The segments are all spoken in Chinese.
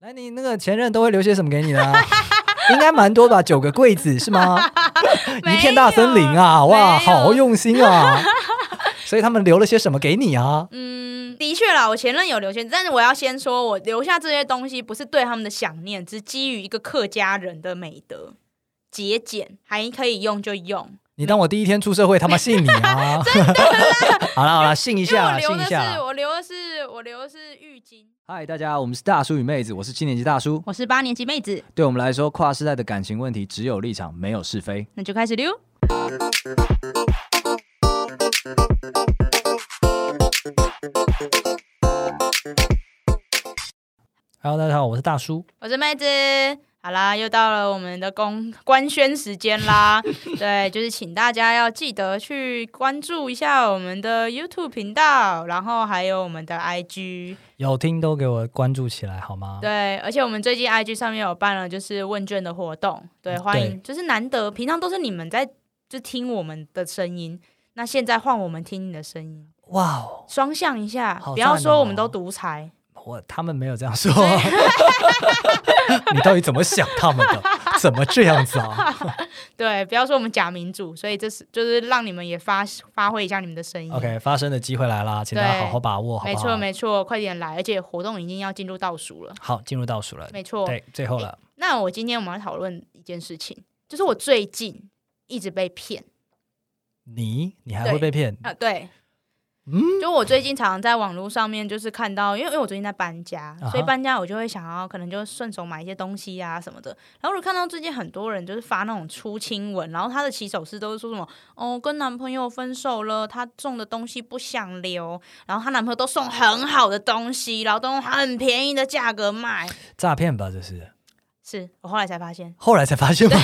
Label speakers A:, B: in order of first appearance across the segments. A: 那你那个前任都会留些什么给你呢？ 应该蛮多吧，九个柜子是 吗？一片大森林啊，哇，
B: 没有
A: 好用心 啊！所以他们留了些什么给你啊？
B: 嗯，的确啦，我前任有留下，但是我要先说，我留下这些东西不是对他们的想念，只基于一个客家人的美德，节俭，还可以用就用。
A: 你当我第一天出社会，他妈信你 啊！ 好了好了，信一
B: 因为
A: 下
B: 我
A: 啦，
B: 留
A: 信一
B: 的
A: 下
B: 是
A: 啦。
B: 我留的是我留的是浴巾。
A: 嗨，大家，我们是大叔与妹子，我是七年级大叔。
B: 我是八年级妹子，
A: 对我们来说，跨世代的感情问题只有立场，没有是非。
B: 那就开始溜。
A: Hello，大家好，我是大叔。
B: 我是妹子。好啦，又到了我们的公官宣时间 啦。对，就是请大家要记得去关注一下我们的 YouTube 频道，然后还有我们的 IG。
A: 有听都给我关注起来好吗？
B: 对，而且我们最近 IG 上面有办了就是问卷的活动，
A: 嗯
B: 对，欢迎，就是难得，平常都是你们在就听我们的声音，那现在换我们听你的声音，
A: 哇哦，
B: 双向一下，
A: 好
B: 不要
A: 赞
B: 说我们
A: 哦
B: 都独裁，
A: 我他们没有 这样说。 你到底怎么想他们 的？怎么这样子啊
B: 对，不要说我们假民主，所以这是就是让你们也发发挥一下你们的声音。
A: ？OK，发生的机会来啦，请大家
B: 嗯对
A: 好好把握，好
B: 没
A: 不好？
B: 错没错，快点来，而且活动已经要进入倒数了。
A: 好，进入倒数了，
B: 没错，
A: 对，最后了。
B: 那我今天我们要讨论一件事情，就是我最近一直被骗
A: 你你还
B: 对
A: 会被骗？
B: 啊，对，
A: 嗯，
B: 就我最近常常在网络上面就是看到，因为因为我最近在搬家
A: 啊哈，
B: 所以搬家我就会想要可能就顺手买一些东西啊什么的。然后我就看到最近很多人就是发那种出清文，然后他的起手式都是说什么哦跟男朋友分手了，他送的东西不想留，然后她男朋友都送很好的东西，然后都用很便宜的价格卖。
A: 诈骗吧，这是。
B: 是我后来才发现，
A: 后来才发 现吗？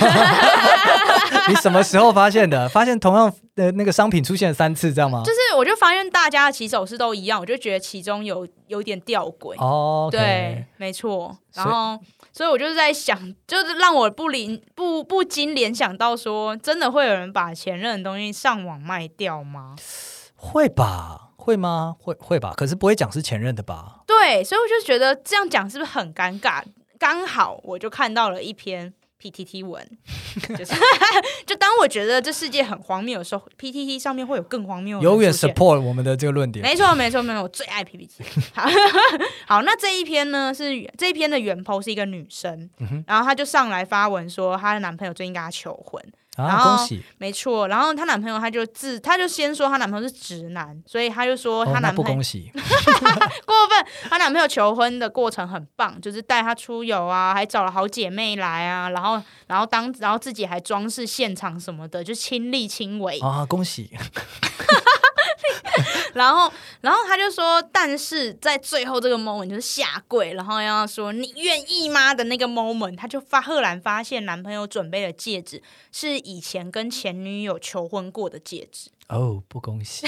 A: 你什么时候发现的？发现同样的那个商品出现了三次，这样吗？
B: 就是我就发现大家的起手式都一样，我就觉得其中有有点吊诡。
A: 哦，OK，
B: 对，没错。
A: 所以
B: 然后，所以我就是在想，就是让我不联不不禁联想到说，真的会有人把前任的东西上网卖掉吗？
A: 会吧？会吗？会会吧？可是不会讲是前任的吧？
B: 对，所以我就觉得这样讲是不是很尴尬？刚好我就看到了一篇 PTT 文，就是 就当我觉得这世界很荒谬的时候，PTT 上嗯面会有更荒谬的人
A: 永远
B: 出现
A: support 我们的这个论点。
B: 没错，没错，没错，我最爱 PPT。好， 好，那这一篇呢是这一篇的原 po 是一个女生，
A: 嗯哼
B: 然后她就上来发文说她的男朋友最近跟她求婚，然
A: 啊，
B: 后
A: 恭喜！
B: 没错，然后她男朋友她就自她就先说她男朋友是直男，所以她就说
A: 哦
B: 她
A: 那
B: 男
A: 不
B: 朋友、
A: 恭喜，
B: 过分，她男朋友求婚的过程很棒，就是带她出游啊，还找了好姐妹来啊，然后然后当然后自己还装饰现场什么的，就亲力亲为。
A: 啊，恭喜！
B: 然后，然后他就说，但是在最后这个 moment 就是下跪，然后要说你愿意吗的那个 moment，他就发赫然发现男朋友准备的戒指是以前跟前女友求婚过的戒指，
A: 哦，不恭喜！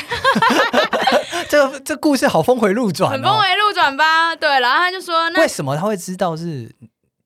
A: 这个这故事好峰回路转
B: 很峰
A: 哦。
B: 回路转吧？对，然后他就说，那
A: 为什么他会知道是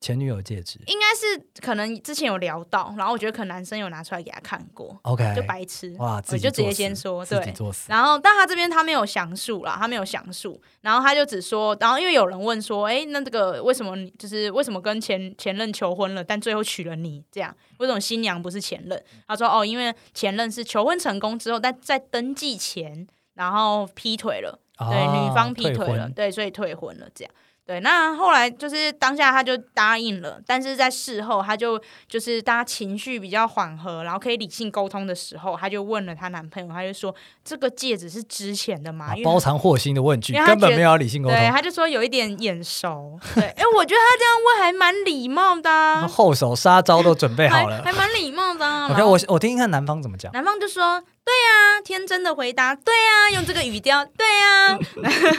A: 前女友戒指
B: 应该是可能之前有聊到，然后我觉得可能男生有拿出来给他看过，
A: ？OK，
B: 就白痴，
A: 哎哇，自
B: 我
A: 己
B: 就直接
A: 作死
B: 先说，
A: 自己
B: 对，
A: 作死。
B: 然后，但他这边他没有详述啦，他没有详述，然后他就只说，然后因为有人问说，哎，那这个为什么你就是为什么跟前前任求婚了，但最后娶了你这样？为什么新娘不是前任？他说，哦，因为前任是求婚成功之后，但在登记前，然后劈腿了，对，
A: 啊
B: 女方劈
A: 退
B: 腿
A: 婚
B: 了，对，所以退婚了这样。对，那后来就是当下他就答应了，但是在事后他就就是大家情绪比较缓和，然后可以理性沟通的时候，他就问了她男朋友，他就说这个戒指是之前的吗？
A: 啊
B: 因为
A: 包藏祸心的问句，
B: 因为他
A: 根本
B: 觉
A: 没有要理性沟
B: 对，
A: 通，
B: 他就说有一点眼熟。对，哎、我觉得他这样问还蛮礼貌的、啊，
A: 后手杀招都准备
B: 还
A: 好了。
B: 还蛮礼貌的、啊。
A: OK，我我听听看男方怎 么讲。
B: 男方就说：“对啊，天真的回答，对啊，用这个语调，对啊。”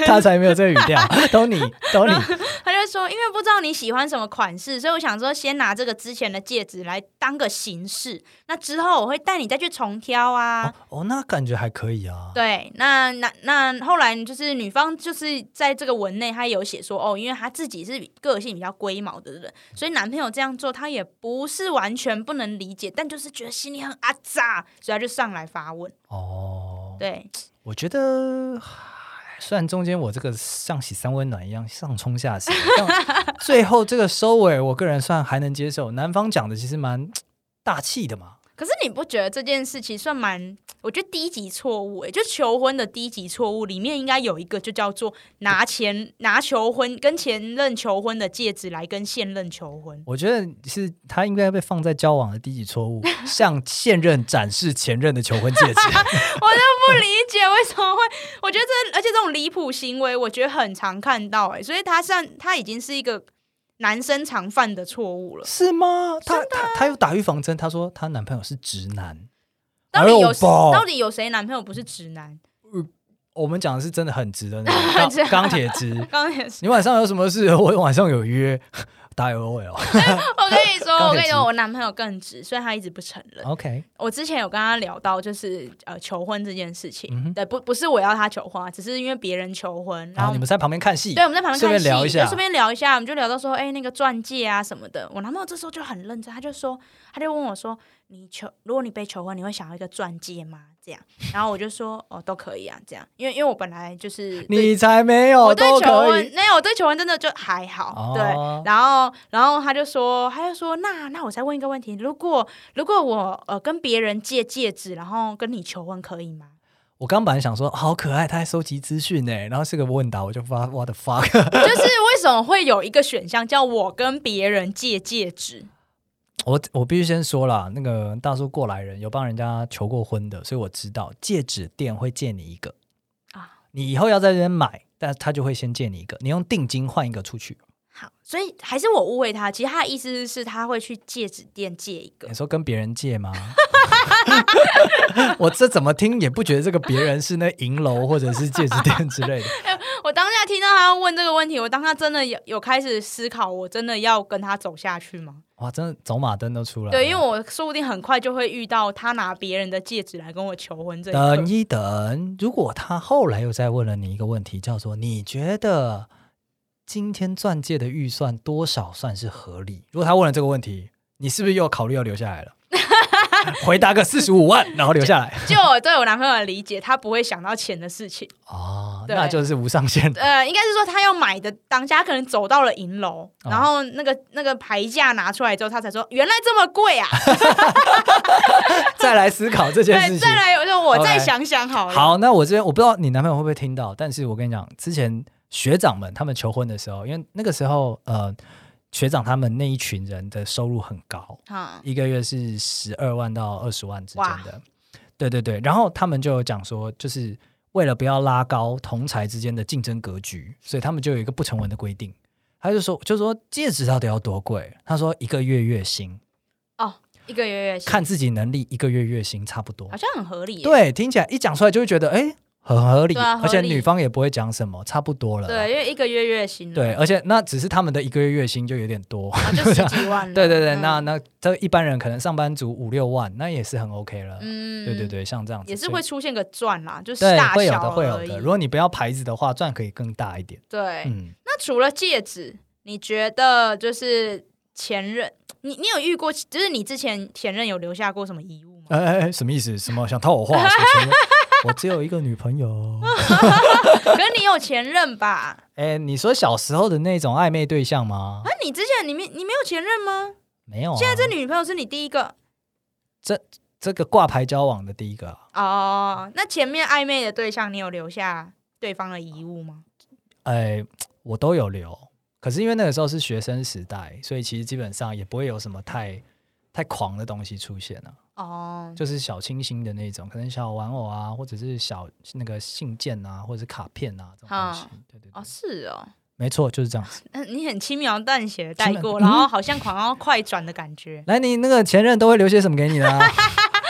A: 他才没有这个语调，都你都 你，
B: 他就说，因为不知道你喜欢什么款式，所以我想说先拿这个之前的戒指来当个形式，那之后我会带你再去重挑啊。
A: 哦，那感觉还可以啊。
B: 对，那那那后来就是女方就是在这个文内，她有写说哦，因为她自己是个性比较龟毛的人，所以男朋友这样做，她也不是完全不能理解，但就是觉得心里很阿杂，所以她就上来发问。
A: 哦，
B: 对，
A: 我觉得还虽然中间我这个像洗三温暖一样上冲下洗， 但最后这个收尾，我个人算还能接受。男方讲的其实蛮大气的嘛，
B: 可是你不觉得这件事情算蛮？我觉得低级错误、欸，就求婚的低级错误里面应该有一个，就叫做拿前拿求婚跟前任求婚的戒指来跟现任求婚。
A: 我觉得是他应该被放在交往的低级错误，向现任展示前任的求婚戒指。
B: 我就不理解为什么会，我觉得这而且这种离谱行为，我觉得很常看到哎、欸所以他算他已经是一个男生常犯的错误了。
A: 是吗？他
B: 啊
A: 他他又打预防针，他说她男朋友是直男。
B: 到底有、
A: 哎呦宝
B: 到底有谁男朋友不是直男？
A: 我们讲的是真的很直的那 种
B: 直
A: 钢钢铁直。
B: 刚才也是，
A: 你晚上有什么事？我晚上有约 打 L O L。
B: 我跟你说，
A: 钢铁直
B: 我跟你说，我男朋友更直，所以他一直不承认。
A: OK，
B: 我之前有跟他聊到，就是呃求婚这件事情，
A: 嗯哼
B: 对，不不是我要他求婚啊，只是因为别人求婚，然
A: 然
B: 后
A: 后哦你们在旁边看戏
B: 对，。我们在旁边
A: 顺便
B: 看戏，
A: 聊一下
B: 就顺便聊一下，我们就聊到说，哎、那个钻戒啊什么的。我男朋友这时候就很认真，他就说，他就问我说，你求，如果你被求婚，你会想要一个钻戒吗？这样，然后我就说，哦，都可以啊，这样，因为因为我本来就是对
A: 你才没有，
B: 我对
A: 都
B: 求
A: 可以
B: 婚，没有，我对求婚真的就还好，
A: 哦
B: 对。然后，然后他就说，他就说，那那我再问一个问题，如果如果我呃跟别人借戒指，然后跟你求婚可以吗？
A: 我刚本来想说好可爱，他还收集资讯呢，然后是个问答，我就 发 what the fuck，
B: 就是为什么会有一个选项叫我跟别人借戒指？
A: 我我必须先说啦，那个大叔过来人有帮人家求过婚的，所以我知道戒指店会借你一个
B: 啊
A: 你以后要在这边买，但他就会先借你一个，你用定金换一个出去。
B: 好，所以还是我误会他。其实他的意思是他会去戒指店借一个
A: 你，说跟别人借吗？ 我这怎么听也不觉得这个别人是那银楼或者是戒指店之类的。
B: 我当下听到他问这个问题，我当下真的有有开始思考，我真的要跟他走下去吗？
A: 哇，真的走马灯都出来了。
B: 对，因为我说不定很快就会遇到他拿别人的戒指来跟我求婚这一刻
A: 等。一等，如果他后来又再问了你一个问题，叫做你觉得今天钻戒的预算多少算是合理？如果他问了这个问题，你是不是又考虑要留下 来了？回答个四十五万，然后留下来
B: 就我对我男朋友的理解，他不会想到钱的事情。
A: 哦，
B: 对
A: 那就是无上限。
B: 呃，应该是说他要买的当下，他可能走到了银楼，
A: 哦
B: 然后那个那个牌价拿出来之后，他才说原来这么贵啊！
A: 再来思考 这件事情
B: 对，再。来，我就我再
A: OK
B: 想想好了。
A: 好，那我这边我不知道你男朋友会不会听到，但是我跟你讲，之前学长们他们求婚的时候，因为那个时候呃，学长他们那一群人的收入很高，
B: 好，
A: 一个月是十二万到二十万之间的。对对对，然后他们就有讲说，就是为了不要拉高同才之间的竞争格局，所以他们就有一个不成文的规定，他就说，就说戒指到底要多贵？他说一个月月薪，
B: 哦，一个月月薪
A: 看自己能力，一个月月薪差不多
B: 好。像很合理耶。
A: 对，听起来一讲出来就会觉得，哎，很合理，
B: 对啊合理
A: 而且女方也不会讲什么，差不多了。
B: 对，因为一个月月薪
A: 对，而且那只是他们的一个月月薪就有点多。
B: 啊就十几万 了。
A: 对对对，
B: 嗯
A: 那那这一般人可能上班族五六万，那也是很 OK 了。
B: 嗯
A: 对对，对，像这样子
B: 也是
A: 所以
B: 会出现个钻啦，就是
A: 对
B: 大
A: 会有
B: 小
A: 的会有
B: 而已哎
A: 的。如果你不要牌子的话，钻可以更大一点。
B: 对，
A: 嗯，
B: 那除了戒指，你觉得就是前任，你你有遇过，就是你之前前任有留下过什么遗物吗？
A: 哎哎哎，什么意思？什么想套我话？什么前任我只有一个女朋友。
B: 可是你有前任吧？
A: 哎，你说小时候的那种暧昧对象吗
B: 啊？，你之前你没你没有前任吗？
A: 没有、啊。
B: 现在这女朋友是你第一个
A: 这个挂牌交往的第一个啊，
B: 哦，那前面暧昧的对象，你有留下对方的遗物吗？
A: 哎，我都有留。可是因为那个时候是学生时代，所以其实基本上也不会有什么太太狂的东西出现啊。
B: 哦，
A: 就是小清新的那种，可能小玩偶啊，或者是小那个信件啊，或者是卡片啊这种东西
B: 好。
A: 对对对，
B: 哦，是哦，
A: 没错，就是这样子。
B: 嗯你很轻描淡写的带
A: 轻描
B: 过，然后好像狂要快转的感觉。
A: 来，你那个前任都会留些什么给你 呢？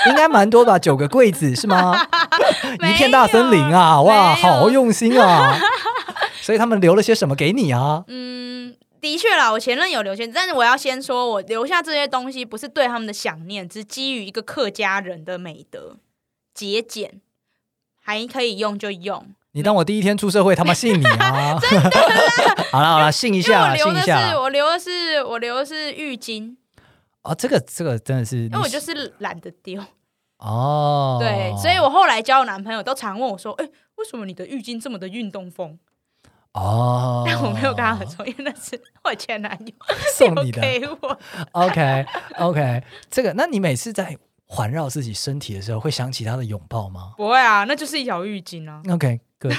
A: 应该蛮多吧，九个柜子是吗？一片大森林啊，哇，
B: 没有
A: 好用心 啊！所以他们留了些什么给你啊？
B: 嗯，的确啦，我前任有留下，但是我要先说，我留下这些东西不是对他们的想念，只基于一个客家人的美德，节俭，还可以用就用。
A: 你当我第一天出社会，他妈信你 啊？ 好啦好啦，信一
B: 因为
A: 下
B: 我
A: 啦，
B: 留
A: 信一
B: 的
A: 下
B: 是
A: 啦。
B: 我留的是我留的是浴巾，
A: 哦，这个这个真的是，
B: 因为我就是懒得丢。
A: 哦，
B: 对，所以我后来交的男朋友都常问我说：“哎、为什么你的浴巾这么的运动风
A: 哦？”，
B: 但我没有跟他合作，因为那是我前男友
A: 送你
B: 留
A: 的
B: 给我。
A: OK OK，这个，那你每次在环绕自己身体的时候，会想起他的拥抱吗
B: 不会啊，那就是一条浴巾啊。
A: ？OK，good，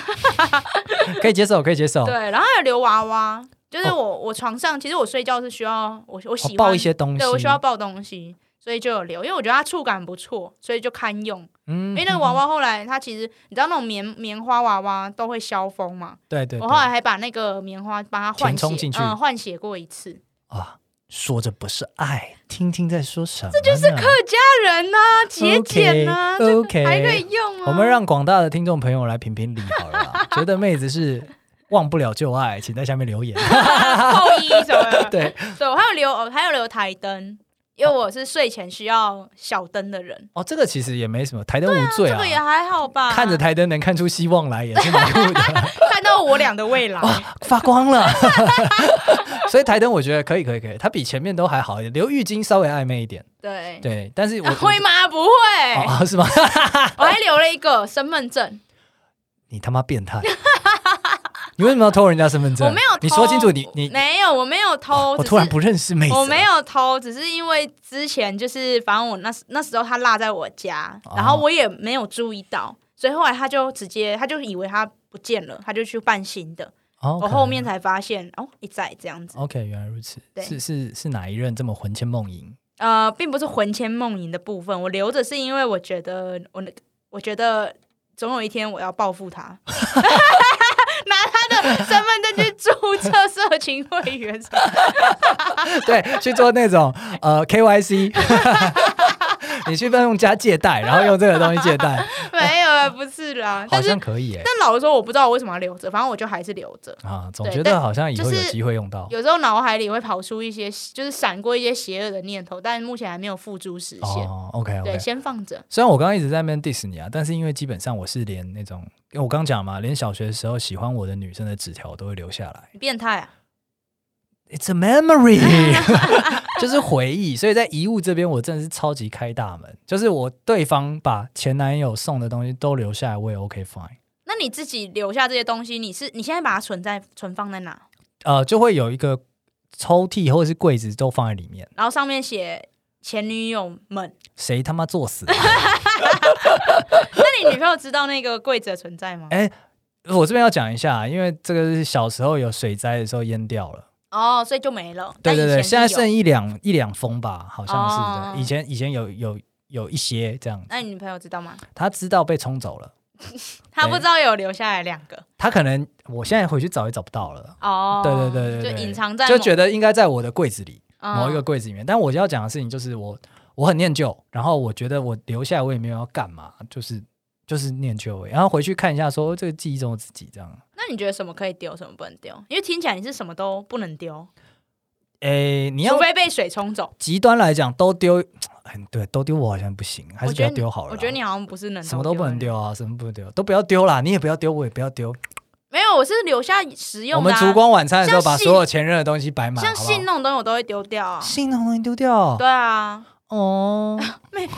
A: 可以接受，可以接受。哦，
B: 对，然后还有留娃娃，就是我、我床上，其实我睡觉是需要我我
A: 哦
B: 喜欢、
A: 抱一些东西，
B: 对我需要抱东西，所以就有留，因为我觉得它触感不错，所以就堪用。
A: 嗯，嗯，
B: 因
A: 因
B: 为那个娃娃后来它其实你知道那种棉棉花娃娃都会消风嘛，
A: 对对，
B: 我
A: 对
B: 后来还把那个棉花把它换
A: 填充
B: 血
A: 进，去
B: 嗯，换血过一次。
A: 啊，说着不是爱，听听在说什么呢，这就是客
B: 客家人呐、节俭呐，这
A: OK，
B: 还可以用啊。
A: 我们 让广大的听众朋友来评评理好了啦，觉得妹子是忘不了旧爱，请在下面留 言。
B: 后羿什么的，
A: 对，
B: 对我还有留哦还有留台灯，因为我是睡前需要小灯的人。
A: 哦，这个其实也没什么，台灯无罪
B: 这
A: 啊
B: 个，也还好吧，
A: 看着台灯能看出希望来，也是蛮酷的。
B: 看到我俩的未来，
A: 哇，发光了！ 所以台灯我觉得可以，可以，可以，它比前面都还好一点，留浴巾稍微暧昧一点，
B: 对，
A: 对。但是我、
B: 啊会
A: 吗？
B: 吗？不
A: 哦
B: 会，
A: 啊是吗？
B: 我还留了一个身份证，
A: 你他妈变态！ 你为什么要偷人家身份证？
B: 我没有偷，
A: 你说清楚，你你哦
B: 没有，我没有偷，
A: 我
B: 只
A: 突然
B: 是
A: 不认识妹子了，
B: 我没有偷，只是因为之前就是，反正我那时那时候他落在我家，
A: 哦
B: 然后我也没有注意到，所以后来他就直接他就以为他不见了，他就去办新的。
A: 哦 OK。
B: 我后面才发现哦，一在这样子，
A: OK，原来如此，
B: 对
A: 是是是哪一任这么魂牵梦萦？
B: 呃，并不是魂牵梦萦的部分，我留着是因为我觉得我那我觉得总有一天我要报复他。 拿他的身份证去注册色情会员，
A: 对，去做那种呃 KYC，你去用家借贷，然后用这个东西借贷，
B: 没有啊，不是啦。
A: 好
B: 但是
A: 像可以哎、
B: 但老实说，我不知道我为什么要留着，反正我就还是留着。
A: 啊，总
B: 对
A: 觉得
B: 但
A: 好像以
B: 就
A: 后有
B: 是
A: 机会用到。
B: 有时候脑海里会跑出一些，就是闪过一些邪恶的念头，但目前还没有付诸实现。
A: 哦，OK OK，
B: 对，先放着。
A: 虽然我刚刚一直在那边 diss 你啊，但是因为基本上我是连那种，因为我刚讲嘛，连小学的时候喜欢我的女生的纸条都会留下来
B: 你变态啊！
A: ，It's a memory，就是回忆。所以在遗物这边，我真的是超级开大门，就是我对方把前男友送的东西都留下来，我也 OK fine。
B: 那你自己留下这些东西，你是你现在把它存在存放在哪？
A: 呃，就会有一个抽屉或者是柜子都放在里面，
B: 然后上面写前女友们。
A: 谁他妈作死、 啊？
B: 那你女朋友知道那个柜子的存在吗
A: 哎？我这边要讲一下，因为这个是小时候有水灾的时候淹掉了。
B: 哦，所以就没了。
A: 对对
B: 但
A: 对，
B: 以前是
A: 现在
B: 有
A: 剩一两一两封吧，好像是的。
B: 哦
A: 以前以前有有有一些这样，
B: 那你女朋友知道吗？
A: 他知道被冲走了，
B: 她不知道有留下来两个
A: 他可能我现在回去找也找不到了，
B: 哦。
A: 哎对对对对对
B: 就隐藏在啊
A: 就觉得应该在我的柜子里
B: 某嗯
A: 某一个柜子里面。但我要讲的事情就是我我很念旧，然后我觉得我留下来我也没有要干嘛，就是就是念旧而已，然后回去看一下说这个记忆中的自己这样。
B: 那你觉得什么可以丢，什么不能丢？因为听起来你是什么都不能丢，
A: 诶，你要
B: 除非被水冲走。
A: 极端来讲都丢，嗯，对，都丢我好像不行，还是
B: 我
A: 不
B: 觉
A: 要
B: 得你
A: 丢好了啦。
B: 我觉得你好像不是能
A: 什么都不能
B: 丢的人。
A: 丢啊，什么不能丢，都不要丢啦，你也不要丢，我也不要丢。
B: 没有，我是留下实
A: 我
B: 用的、
A: 们
B: 啊。
A: 烛光晚餐的时候，
B: 像
A: 把
B: 信
A: 所有前任的东西摆满，
B: 像
A: 好不好
B: 信那种东西我都会丢掉啊。
A: 信那种东西丢掉。
B: 对啊，
A: 哦，
B: 那怎样？那能代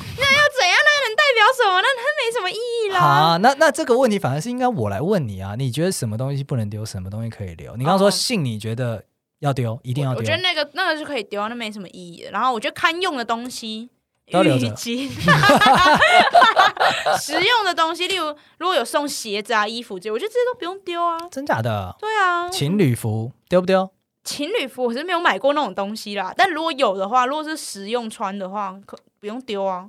B: 表什么？那那没什么意义啦。
A: 好，那那这个问题反而是应该我来问你啊，你觉得什么东西不能丢，什么东西可以留？你刚刚说
B: 哦
A: 信，你觉得要丢，一定要
B: 我
A: 丢
B: 觉。得那个那个是可以丢啊，那没什么意义的。然后我觉得堪用的东西，浴
A: 都留着
B: 巾， 实用的东西，例如如果有送鞋子啊、衣服这些，我觉得这些都不用丢啊。
A: 真假的？
B: 对啊，
A: 情侣服丢不丢？
B: 情侣服我是没有买过那种东西啦，但如果有的话，如果是实用穿的话，可不用丢啊，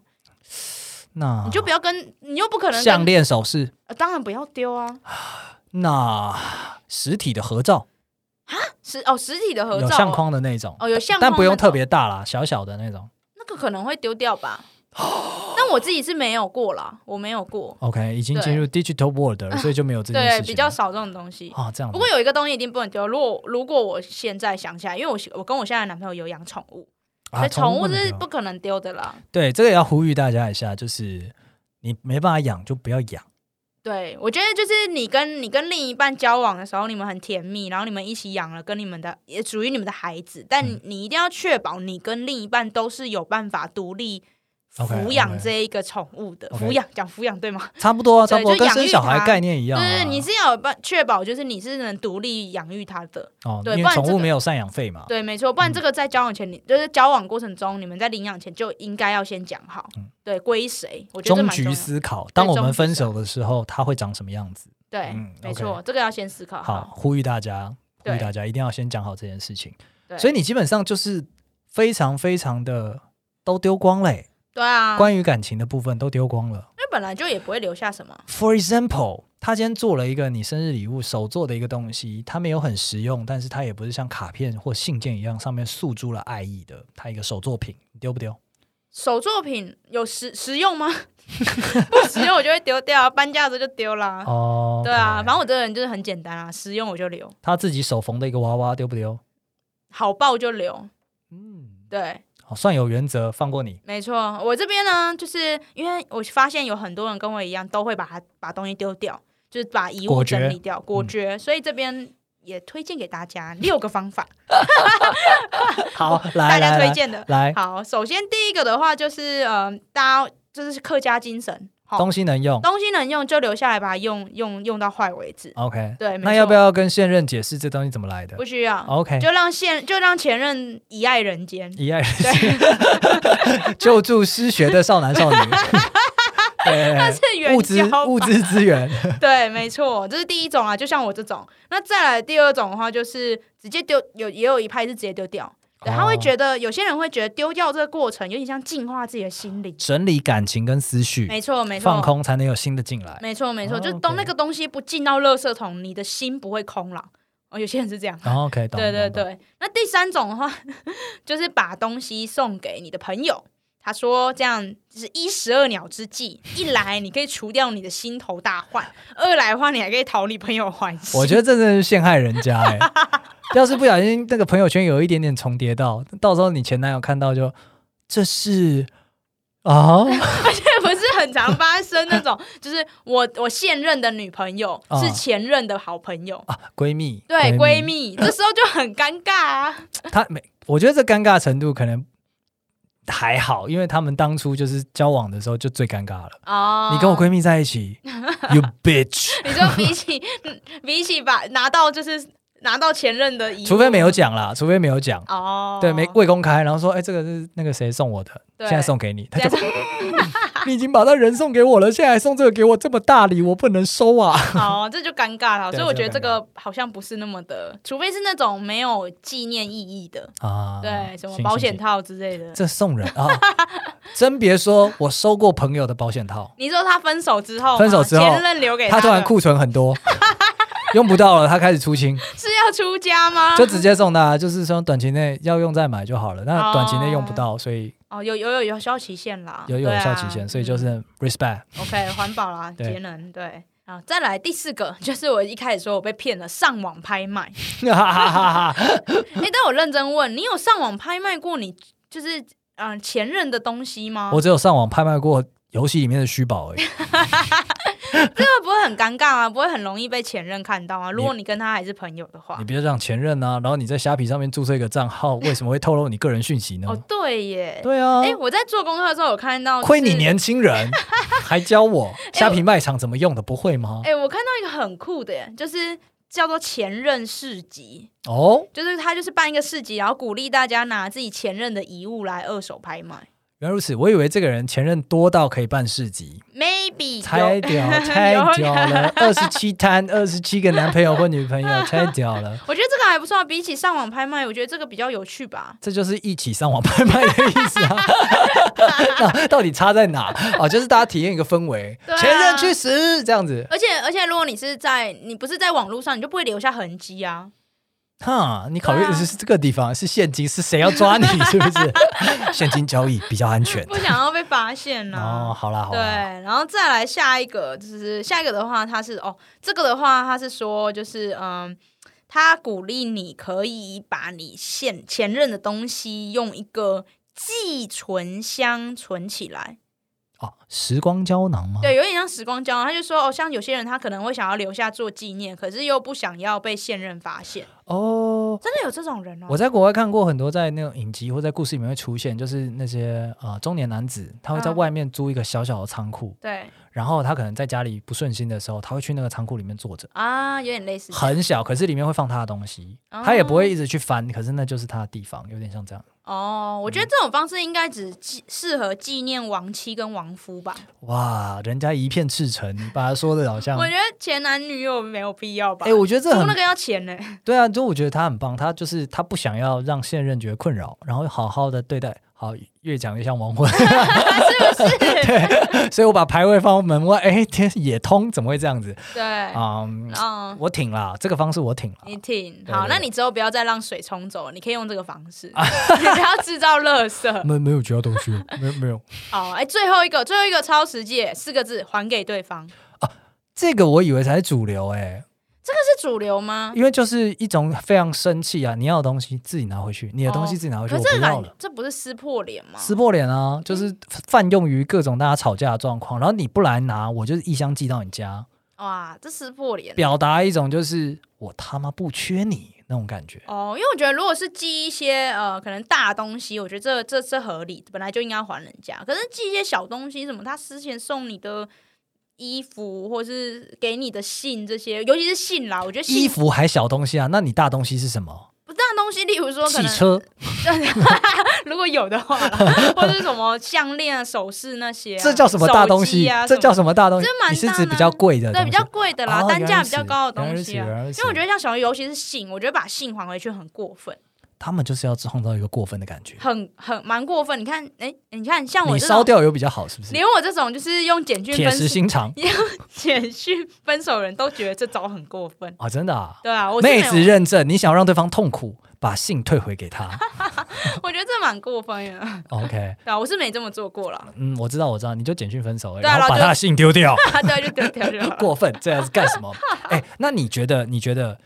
A: 那
B: 你就不要跟，你又不可能
A: 啊项
B: 跟，
A: 链、首饰，
B: 呃当然不要丢啊，
A: 那实体的合照，
B: 实哦实体的合
A: 有
B: 照
A: 相框的那种，
B: 哦有相
A: 但
B: 框
A: 不用
B: 那种
A: 特别大啦，小小的那种。
B: 那个可能会丢掉吧，但我自己是没有过啦，我没有过，
A: OK，已经
B: 对
A: 进入 digital world 了，所以就没有这件事情。
B: 对，比较少这种东西。
A: 啊，这样子。
B: 不过有一个东西一定不能丢，如果如果我现在想起来，因为我喜我跟我现在的男朋友有养宠物，所
A: 啊
B: 以宠物
A: 能
B: 是
A: 丢
B: 不可能丢的啦。
A: 对这个也要呼吁大家一下，就是你没办法养就不要养。
B: 对，我觉得就是你跟你跟另一半交往的时候，你们很甜蜜，然后你们一起养了跟你们的也属于你们的孩子，但
A: 嗯
B: 你一定要确保你跟另一半都是有办法独立
A: OK，
B: 抚养这一个宠物的
A: OK
B: 抚养，讲抚养对吗？
A: 差不多啊，
B: 对
A: 差不多
B: 就
A: 跟
B: 养
A: 生
B: 育
A: 小孩
B: 它
A: 概念一样、啊。
B: 就是你是要有办确保，就是你是能独立养育它的。
A: 哦，
B: 对
A: 因
B: 不
A: 为
B: 然
A: 宠
B: 这
A: 物
B: 个
A: 没有赡养费嘛。
B: 对，没错，不然这个在交往前，你就是交往过程中，你们在领养前就应该要先讲好，对，归谁，我觉得这
A: 嗯终
B: 蛮重
A: 局
B: 要。
A: 思考，当我
B: 终
A: 们
B: 局
A: 分
B: 思
A: 手的时候，它会长什么样子？
B: 对
A: 嗯，
B: 没
A: OK
B: 错，这个要先思考
A: 好，。呼吁大家，呼吁
B: 对
A: 大家一定要先讲好这件事情。
B: 对
A: 所以你基本上就是非常非常的都丢光嘞，
B: 对啊，
A: 关于感情的部分都丢光了。
B: 那本来就也不会留下什么。
A: For example，他今天做了一个你生日礼物手做的一个东西，它没有很实用，但是它也不是像卡片或信件一样上面诉诸了爱意的，它一个手作品，你丢不丢？
B: 手作品有实实用吗？ 不实用我就会丢掉，啊搬家的时候就丢啦。
A: 哦，
B: 对啊，反正我这个人就是很简单啊，实用我就留，
A: 他自己手缝的一个娃娃丢不丢？
B: 好报就留。
A: 嗯，
B: 对，
A: 好，算有原则，放过你。
B: 没错，我这边呢，就是因为我发现有很多人跟我一样，都会把它把东西丢掉，就是把遗
A: 果
B: 物
A: 决嗯
B: 整理掉，果决。所以这边也推荐给大家六个方法，
A: 好，来
B: 大家
A: 来
B: 推
A: 来
B: 荐的。
A: 来，
B: 好，首先第一个的话就是，呃，大家就是客家精神，好，
A: 东西能用。
B: 东西能用就留下来，把它用用用到坏为止。
A: OK，
B: 对，
A: 哦
B: 没
A: 那
B: 错
A: 要不要跟现任解释这东西怎么来的
B: 不需要，
A: ？OK，
B: 就让现就让前任一爱人间。
A: 一爱人心， 救助失学的少男少 女。对，
B: 是援
A: 物资
B: 交
A: 物
B: 吧
A: 资资 源，
B: 对，没错，这是第一种啊，就像我这种。那再来第二种的话，就是直接丢，有也有一派是直接丢掉。对，他会
A: 得
B: 觉得有些人会觉得丢掉这个过程有点像净化自己的心灵。
A: 整理感情跟思绪，
B: 没错，没
A: 嗯放
B: 错，
A: 空才能有新的进来。
B: 没错，没
A: 哦
B: 错，就是当
A: OK
B: 那个东西不进到垃圾桶，你的心不会空了。哦，有些人是这样。
A: 哦 OK，懂。
B: 对对
A: 懂，懂
B: 对。那第三种的话， 就是把东西送给你的朋友。他说：“这样就是一石二鸟之计，一来你可以除掉你的心头大患，二来的话你还可以讨你朋友欢心。”
A: 我觉得这真的是陷害人家 哎、要是不小心那个朋友圈有一点点重叠到，到时候你前男友看到就这是啊，
B: 不是很常发生那 种，就是我我现任的女朋友
A: 啊
B: 是前任的好朋友，
A: 啊，闺蜜，
B: 对 闺，蜜，这时候就很尴尬啊。
A: 她没，我觉得这尴尬程度可能还好，因为他们当初就是交往的时候就最尴尬了。
B: 哦
A: 你跟我闺蜜在一 起，you bitch，
B: 你说比起 嗯比起把拿到就是拿到前任的遗物，
A: 除非没有讲啦，除非没有讲。
B: 哦，
A: 对，没未公开，然后说，哎、这个是那个谁送我的，
B: 对
A: 现在送给你，他
B: 这样
A: 就嗯
B: 子
A: 你已经把他人送给我了，现在还送这个给我，这么大礼我不能收啊！
B: 哦，这就尴尬了。
A: 对
B: 所以我觉得
A: 这
B: 这
A: 就尴尬
B: 个好像不是那么的，除非是那种没有纪念意义的，
A: 啊，
B: 对，什么
A: 行
B: 保
A: 行
B: 险
A: 行
B: 套之类的。
A: 这送人啊，真别说，我收过朋友的保险套，
B: 你说他分手之后吗，
A: 分手之后
B: 前任留给
A: 他突
B: 的
A: 然库存很多，用不到了，他开始出 清，
B: 是要出家吗？
A: 就直接送大家，就是说短期内要用再买就好了。那
B: 哦
A: 短期内用不到，所以
B: 哦，有有有有效期限啦，
A: 有有
B: 对啊
A: 效期限，所以就
B: 嗯
A: 是 respect。
B: OK 环保啦，
A: 对
B: 节能对。啊，再来第四个，就是我一开始说我被骗了，上网拍卖。
A: 哈哈哈哈
B: 哎、但我认真问你，有上网拍卖过你就是嗯、呃前任的东西吗？
A: 我只有上网拍卖过游戏里面的虚宝而已。
B: 这个不会很尴尬啊，不会很容易被前任看到啊。如果你跟他还是朋友的话
A: 你，别让前任啊，然后你在虾皮上面注册一个账号，为什么会透露你个人讯息呢
B: 哦？对耶，
A: 对啊
B: 哎、，我在做功课的时候有看到、
A: 亏你。年轻 人还教我虾皮卖场怎么用的，不会吗
B: 哎、？我看到一个很酷的耶，就是叫做前任市集。
A: 哦，
B: 就是他就是办一个市集，然后鼓励大家拿自己前任的遗物来二手拍卖。
A: 原来如此，我以为这个人前任多到可以办市集，
B: Maybe
A: 拆
B: 有，
A: 掉，拆掉了二十七摊，二十七个男朋友或女朋友，拆掉了，
B: 我觉得这个还不错，比起上网拍卖，我觉得这个比较有趣吧。
A: 这就是一起上网拍卖的意思啊。 那到底差在哪？哦，就是大家体验一个氛围，
B: 对啊
A: 前任去死这样子，
B: 而且而且，如果你是在你不是在网络上，你就不会留下痕迹啊。
A: 哈，你考虑的
B: 对啊
A: 是这个地方是现金，是谁要抓 你？是不是现金交易比较安全？
B: 不想要被发现呐、
A: 哦，好啦好
B: 对，
A: 啦，
B: 然后再来下一个，就是下一个的话，他是哦，这个的话他是说，就是嗯，他鼓励你可以把你现前任的东西用一个寄存箱存起来，
A: 哦，时光胶囊吗？
B: 对，有点像时光胶囊。他就说哦，像有些人他可能会想要留下做纪念，可是又不想要被现任发现，
A: 哦，
B: 真的有这种人哦。
A: 我在国外看过很多，在那种影集或在故事里面会出现，就是那些呃中年男子，他会在
B: 嗯
A: 外面租一个小小的仓库，
B: 对
A: 然后他可能在家里不顺心的时候，他会去那个仓库里面坐着，
B: 啊，有点类似这样。
A: 很小，可是里面会放他的东西，他也不会一直去翻，可是那就是他的地方，有点像这样。
B: 哦，我觉得这种方式应该只纪适合纪念亡妻跟亡夫吧。
A: 哇，人家一片赤诚，你把他说的好像
B: 我。觉得前男女友没有必要吧。
A: 哎、我觉得这
B: 租
A: 很
B: 那个要钱呢、
A: 对啊，就我觉得他很棒，他就是他不想要让现任觉得困扰，然后好好的对待。好，越讲越像亡 魂，
B: 是不 是？
A: 所以我把排位放门外。哎，天也通，怎么会这样子？
B: 对，
A: 嗯，
B: 嗯，
A: 我挺啦，这个方式我挺啦。
B: 你挺
A: 对
B: 好。
A: 对
B: 那你之后不要再让水冲走，你可以用这个方式，你不要制造垃 圾。
A: 没没有其他 东西，没有没有。
B: 哦，哎，最后一个，最后一个超实际，四个字，还给对方，
A: 这个我以为才是主流哎、
B: 这是主流吗？
A: 因为就是一种非常生气啊！你要的东西自己拿回去，你的东西自己拿回去，
B: 哦可
A: 我
B: 是这
A: 不
B: 嗯个
A: 要
B: 感
A: 了。
B: 这不是撕破脸吗？
A: 撕破脸啊，就是泛用于各种大家吵架的状况。然后你不来拿，我就是一箱寄到你家。
B: 哇，这撕破脸
A: 表达一种就是我他妈不缺你那种感觉。
B: 哦，因为我觉得如果是寄一些呃可能大东西，我觉得这这这合理，本来就应该还人家。可是寄一些小东西，什么他之前送你的衣服，或是给你的信这些，尤其是信啦，我觉得信
A: 衣服还小东西啊，那你大东西是什么？
B: 不大东西，例如说可
A: 汽
B: 能
A: 车
B: 如果有的话 啦，或是什么项链啊、首饰那些啊、
A: 这叫什么大东
B: 手
A: 西
B: 机啊？
A: 这叫
B: 么
A: 什么大东西
B: 这蛮？
A: 你是指
B: 大的啊
A: 比较贵的东
B: 对
A: 西，
B: 比较贵的啦，
A: 哦
B: 单
A: 原来
B: 价
A: 如
B: 比
A: 此
B: 较高的
A: 原来
B: 东
A: 如
B: 西
A: 此
B: 啊
A: 原来。如
B: 因
A: 此
B: 为我觉得像小鱼，尤其是信，我觉得把信还回去很过分。
A: 他们就是要创造一个过分的感觉。
B: 很很蛮过分。你看，哎、你看，像我
A: 你
B: 这
A: 烧
B: 种，
A: 掉有比较好，是不是？
B: 连我这种就是用简讯
A: 铁
B: 分
A: 石
B: 手、
A: 心肠
B: 简讯分手的人都觉得这招很过分。
A: 啊，真的啊！
B: 对啊，我是
A: 妹
B: 没
A: 子
B: 有，
A: 认证，你想让对方痛苦，把信退回给他。
B: 我觉得这蛮过分的。
A: OK，
B: 对啊，我是没这么做过啦。
A: 嗯，我知道，我知道，你就简讯分手而已，
B: 对
A: 然
B: 啊
A: 后
B: 然后
A: 把
B: 就
A: 他的信丢掉。
B: 对，就丢 掉就好了。
A: 过分，这样是干什 么？哎、那你觉得？你觉得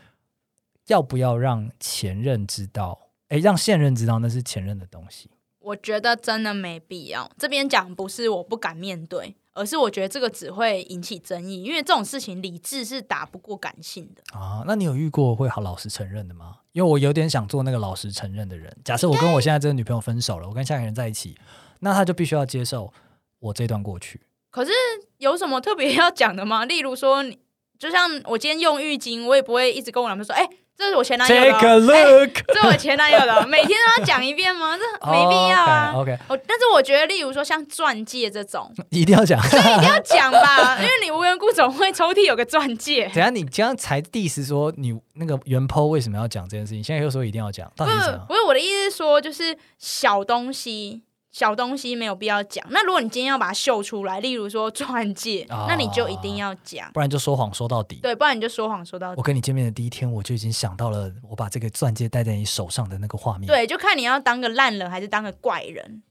A: 要不要让前任知道？哎、让现任知道那是前任的东西。
B: 我觉得真的没必要。这边讲不是我不敢面对，而是我觉得这个只会引起争议，因为这种事情理智是打不过感性的。
A: 啊，那你有遇过会好老实承认的吗？因为我有点想做那个老实承认的人。假设我跟我现在这个女朋友分手了，我跟下一个人在一起，那他就必须要接受我这段过去。
B: 可是有什么特别 要讲的吗？例如说你，就像我今天用浴巾，我也不会一直跟我男朋友说：“哎、这是我前男友的
A: Take
B: 哦、
A: a
B: 哎
A: look，、
B: 这是我前男友的哦、每天都要讲一遍吗？这没必要啊。
A: 哦 OK，, o
B: 我但是我觉得，例如说像钻戒这种，
A: k 一定要讲。
B: 这一定要讲吧，因为你无缘故总会抽屉有个钻 戒。
A: 等一下你刚刚才 diss 说你那个原 po 为什么要讲这件事情，现在又说一定要讲，到
B: 不
A: 底是
B: 是
A: 什么？
B: 不是我的意思是说，就是小东西，小东西没有必要讲。那如果你今天要把它秀出来，例如说钻戒，
A: 哦
B: 那你就一定要讲，
A: 不然就说谎说到底。
B: 对，不然你就说谎说到底
A: 我。跟你见面的第一天，我就已经想到了我把这个钻戒戴在你手上的那个画面。，
B: 对，就看你要当个烂人还是当个怪 人。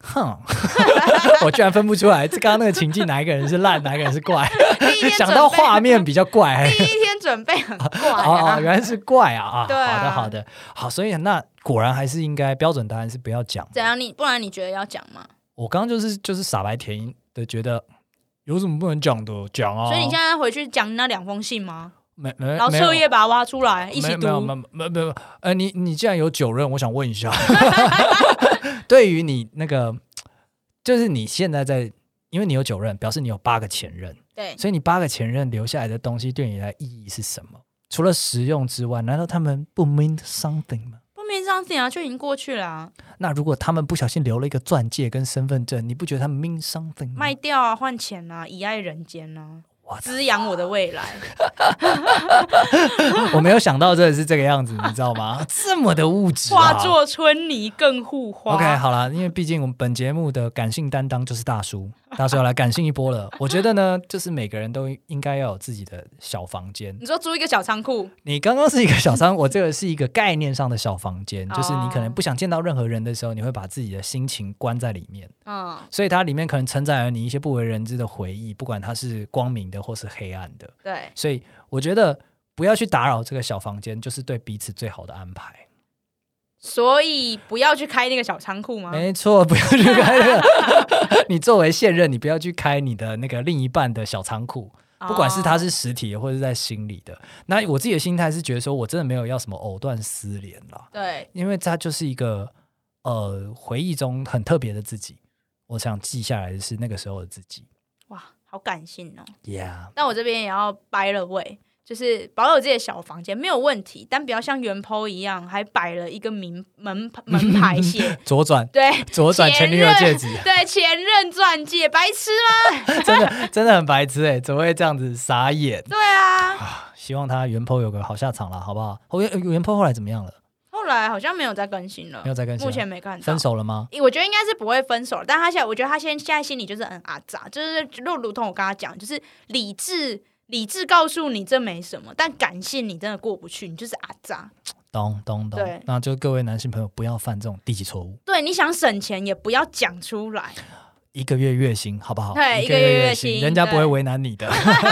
A: 哼，我居然分不出来，这刚刚那个情境哪一个人是烂，哪一个人是怪？
B: 第一天
A: 想到
B: 准备
A: 画，面比较怪、 哦
B: 第一天准备很 怪
A: 哦哦，
B: 啊。
A: 原来是怪啊啊！
B: 对啊
A: 好的好的，好，所以那果然还是应该标准答案是不要讲。
B: 怎样？你不然你觉得要讲吗？
A: 我刚刚就是就是傻白甜的觉得有什么不能讲的，讲啊！
B: 所以你现在回去讲那两封信吗？
A: 没没
B: 然后
A: 没有
B: 彻夜把它挖出来一起
A: 没有
B: 读
A: 没。有没有没有没有，呃，你你既然有九任，我想问一 下， 对于你那个，就是你现在在，因为你有九任，表示你有八个前任，
B: 对，
A: 所以你八个前任留下来的东西对你来意义是什么？除了实用之外，难道他们不 mean something 吗？
B: 不明上信啊，就已经过去了、啊，
A: 那如果他们不小心留了一个钻戒跟身份证，你不觉得他们 mean something 吗？
B: 卖掉啊，换钱啊，以爱人间啊，
A: 哇塞
B: 滋养我的未来。
A: 我没有想到真的是这个样子，你知道吗？ 这么的物质、啊，
B: 化作春泥更护花。
A: OK，好啦，因为毕竟我们本节目的感性担当就是大叔，大叔要来感性一波了。我觉得呢，就是每个人都应该要有自己的小房间。
B: 你说租一个小仓库，
A: 你刚刚是一个小三，我这个是一个概念上的小房间，
B: 哦
A: 就是你可能不想见到任何人的时候，你会把自己的心情关在里面，
B: 嗯，
A: 所以它里面可能承载了你一些不为人知的回忆，不管它是光明的或是黑暗的。
B: 对，
A: 所以我觉得不要去打扰这个小房间，就是对彼此最好的安排。
B: 所以不要去开那个小仓库吗？
A: 没错，不要 去开那个。你作为现任，你不要去开你的那个另一半的小仓库，
B: 哦
A: 不管是它是实体的或者是在心里的。那我自己的心态是觉得说，我真的没有要什么藕断丝连啦，
B: 对，
A: 因为它就是一个呃回忆中很特别的自己。我想记下来的是那个时候的自己。
B: 哇，好感性哦。
A: Yeah，
B: 但我这边也要掰了位，就是保有自己的小房间没有问题，但不要像原 po 一样还摆了一个名门门 牌写
A: 左转，
B: 对
A: 左转前女友戒指，
B: 对前任钻戒，白痴吗？
A: 真的真的很白痴哎、怎么会这样子傻眼？
B: 对啊，
A: 希望他原 po 有个好下场啦，好不好？后原原 po 后来怎么样了？
B: 后来好像没有再更新了，
A: 没有再更新了啊
B: 目前没看到
A: 分。手了吗？
B: 诶我觉得应该是不会分手了，但他现在我觉得他现在现在心里就是很阿杂，就是就如同我跟他讲，就是理智理智告诉你这没什么，但感性你真的过不去，你就是阿杂。
A: 懂懂懂
B: 对。
A: 那就各位男性朋友不要犯这种低级错误。
B: 对，你想省钱也不要讲出来。
A: 一个月月薪，好不好？
B: 对
A: 个
B: 一个月
A: 月
B: 月薪
A: 人家不会
B: 对
A: 为难 你的。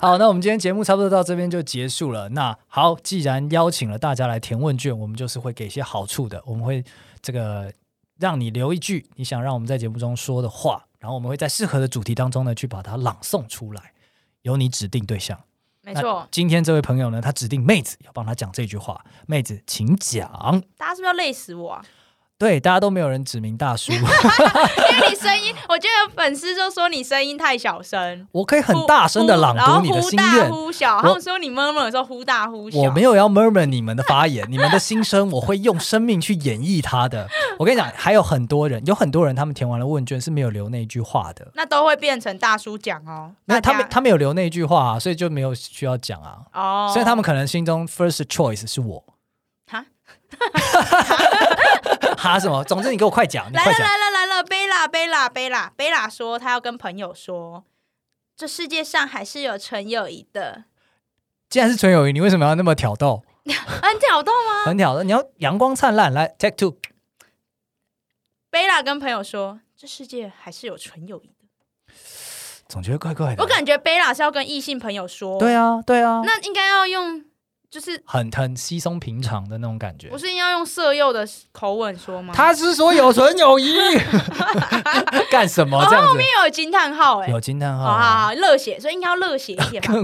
A: 好，那我们今天节目差不多到这边就结束了。那好，既然邀请了大家来填问卷，我们就是会给一些好处的，我们会这个让你留一句你想让我们在节目中说的话，然后我们会在适合的主题当中呢去把它朗诵出来，由你指定对象。
B: 没错，
A: 今天这位朋友呢，他指定妹子要帮他讲这句话，妹子请讲。
B: 大家是不是要累死我啊？
A: 对，大家都没有人指名大 叔，
B: 因为你声音， 我觉得有粉丝就说你声音太小声，
A: 我可以很大声的
B: 忽
A: 朗
B: 然后
A: 读你的
B: 忽
A: 心
B: 大
A: 愿。
B: 忽小，他们说你 murmur 的时候忽大忽小。
A: 我没有要 murmur 你们的发言，你们的心声，我会用生命去演绎它的。我跟你讲，还有很多人，有很多人他们填完了问卷是没有留那一句话的，
B: 那都会变成大叔讲哦。
A: 那他
B: 大家
A: 们他们有留那一句话、啊，所以就没有需要讲啊。
B: 哦，
A: 所以他们可嗯能心中 first choice 是我，
B: 哈
A: 哈什么？总之你给我快讲，你
B: 来
A: 快
B: 了
A: 讲。
B: 来了来了，贝拉贝拉贝拉贝拉说他要跟朋友说，这世界上还是有纯友谊的，
A: 既然是纯友谊，你为什么要那么挑逗？
B: 很挑逗吗？
A: 很挑逗，你要阳光灿烂。来 take two，
B: 贝拉跟朋友说，这世界还是有纯友谊的。
A: 总觉得怪怪的。
B: 我感觉贝拉是要跟异性朋友说，
A: 啊对啊，对啊，
B: 那应该要用就是
A: 很很稀松平常的那种感觉
B: 不。是应该用色诱的口吻说吗？
A: 他是说有纯友 谊， 干什么这样子？
B: 又有惊叹号哎、欸，
A: 有惊叹号
B: 哦好好
A: 啊、
B: 好，热血，所以应该要热血一 点吧，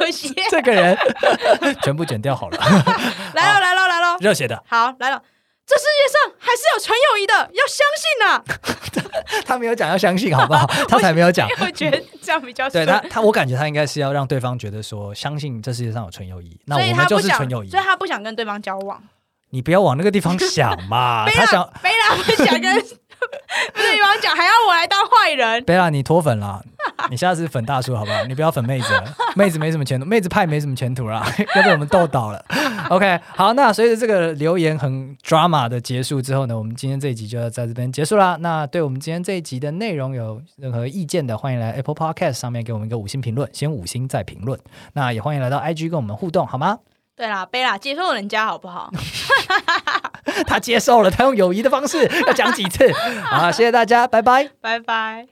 B: 热血，
A: 这个人 全部剪掉好了，
B: 来喽来喽来喽，
A: 热血的，
B: 好来了，这世界上还是有纯友谊的，要相信啊呐、
A: 他没有讲要相信好不 好？他才没有讲
B: 因。为我觉得这样比较
A: 对
B: 顺
A: 他，他我感觉他应该是要让对方觉得说，相信这世界上有纯友谊，那
B: 所以
A: 我们
B: 他
A: 就
B: 不
A: 是
B: 想，
A: 纯友谊
B: 所以。他不想跟对方交往。
A: 你不要往那个地方想 嘛。
B: 贝
A: 啊他
B: 拉
A: 想，
B: 贝 拉不想跟 对方讲，还要我来当坏人。
A: 贝拉，你脱粉啦， 你下次粉大叔好不好？你不要粉妹子了，妹子没什么前途，妹子派没什么前途啦， 要被我们逗倒了。OK，好，那随着这个留言很 drama 的结束之后呢，我们今天这一集就要在这边结束啦。那对我们今天这一集的内容有任何意见的，欢迎来 Apple Podcast 上面给我们一个五星评论，先五星再评论。那也欢迎来到 IG 跟我们互动，好吗？
B: 对啦，贝拉接受人家好不好？
A: 他接受了，他用友谊的方式要讲几次。好，谢谢大家，拜拜。
B: 拜拜。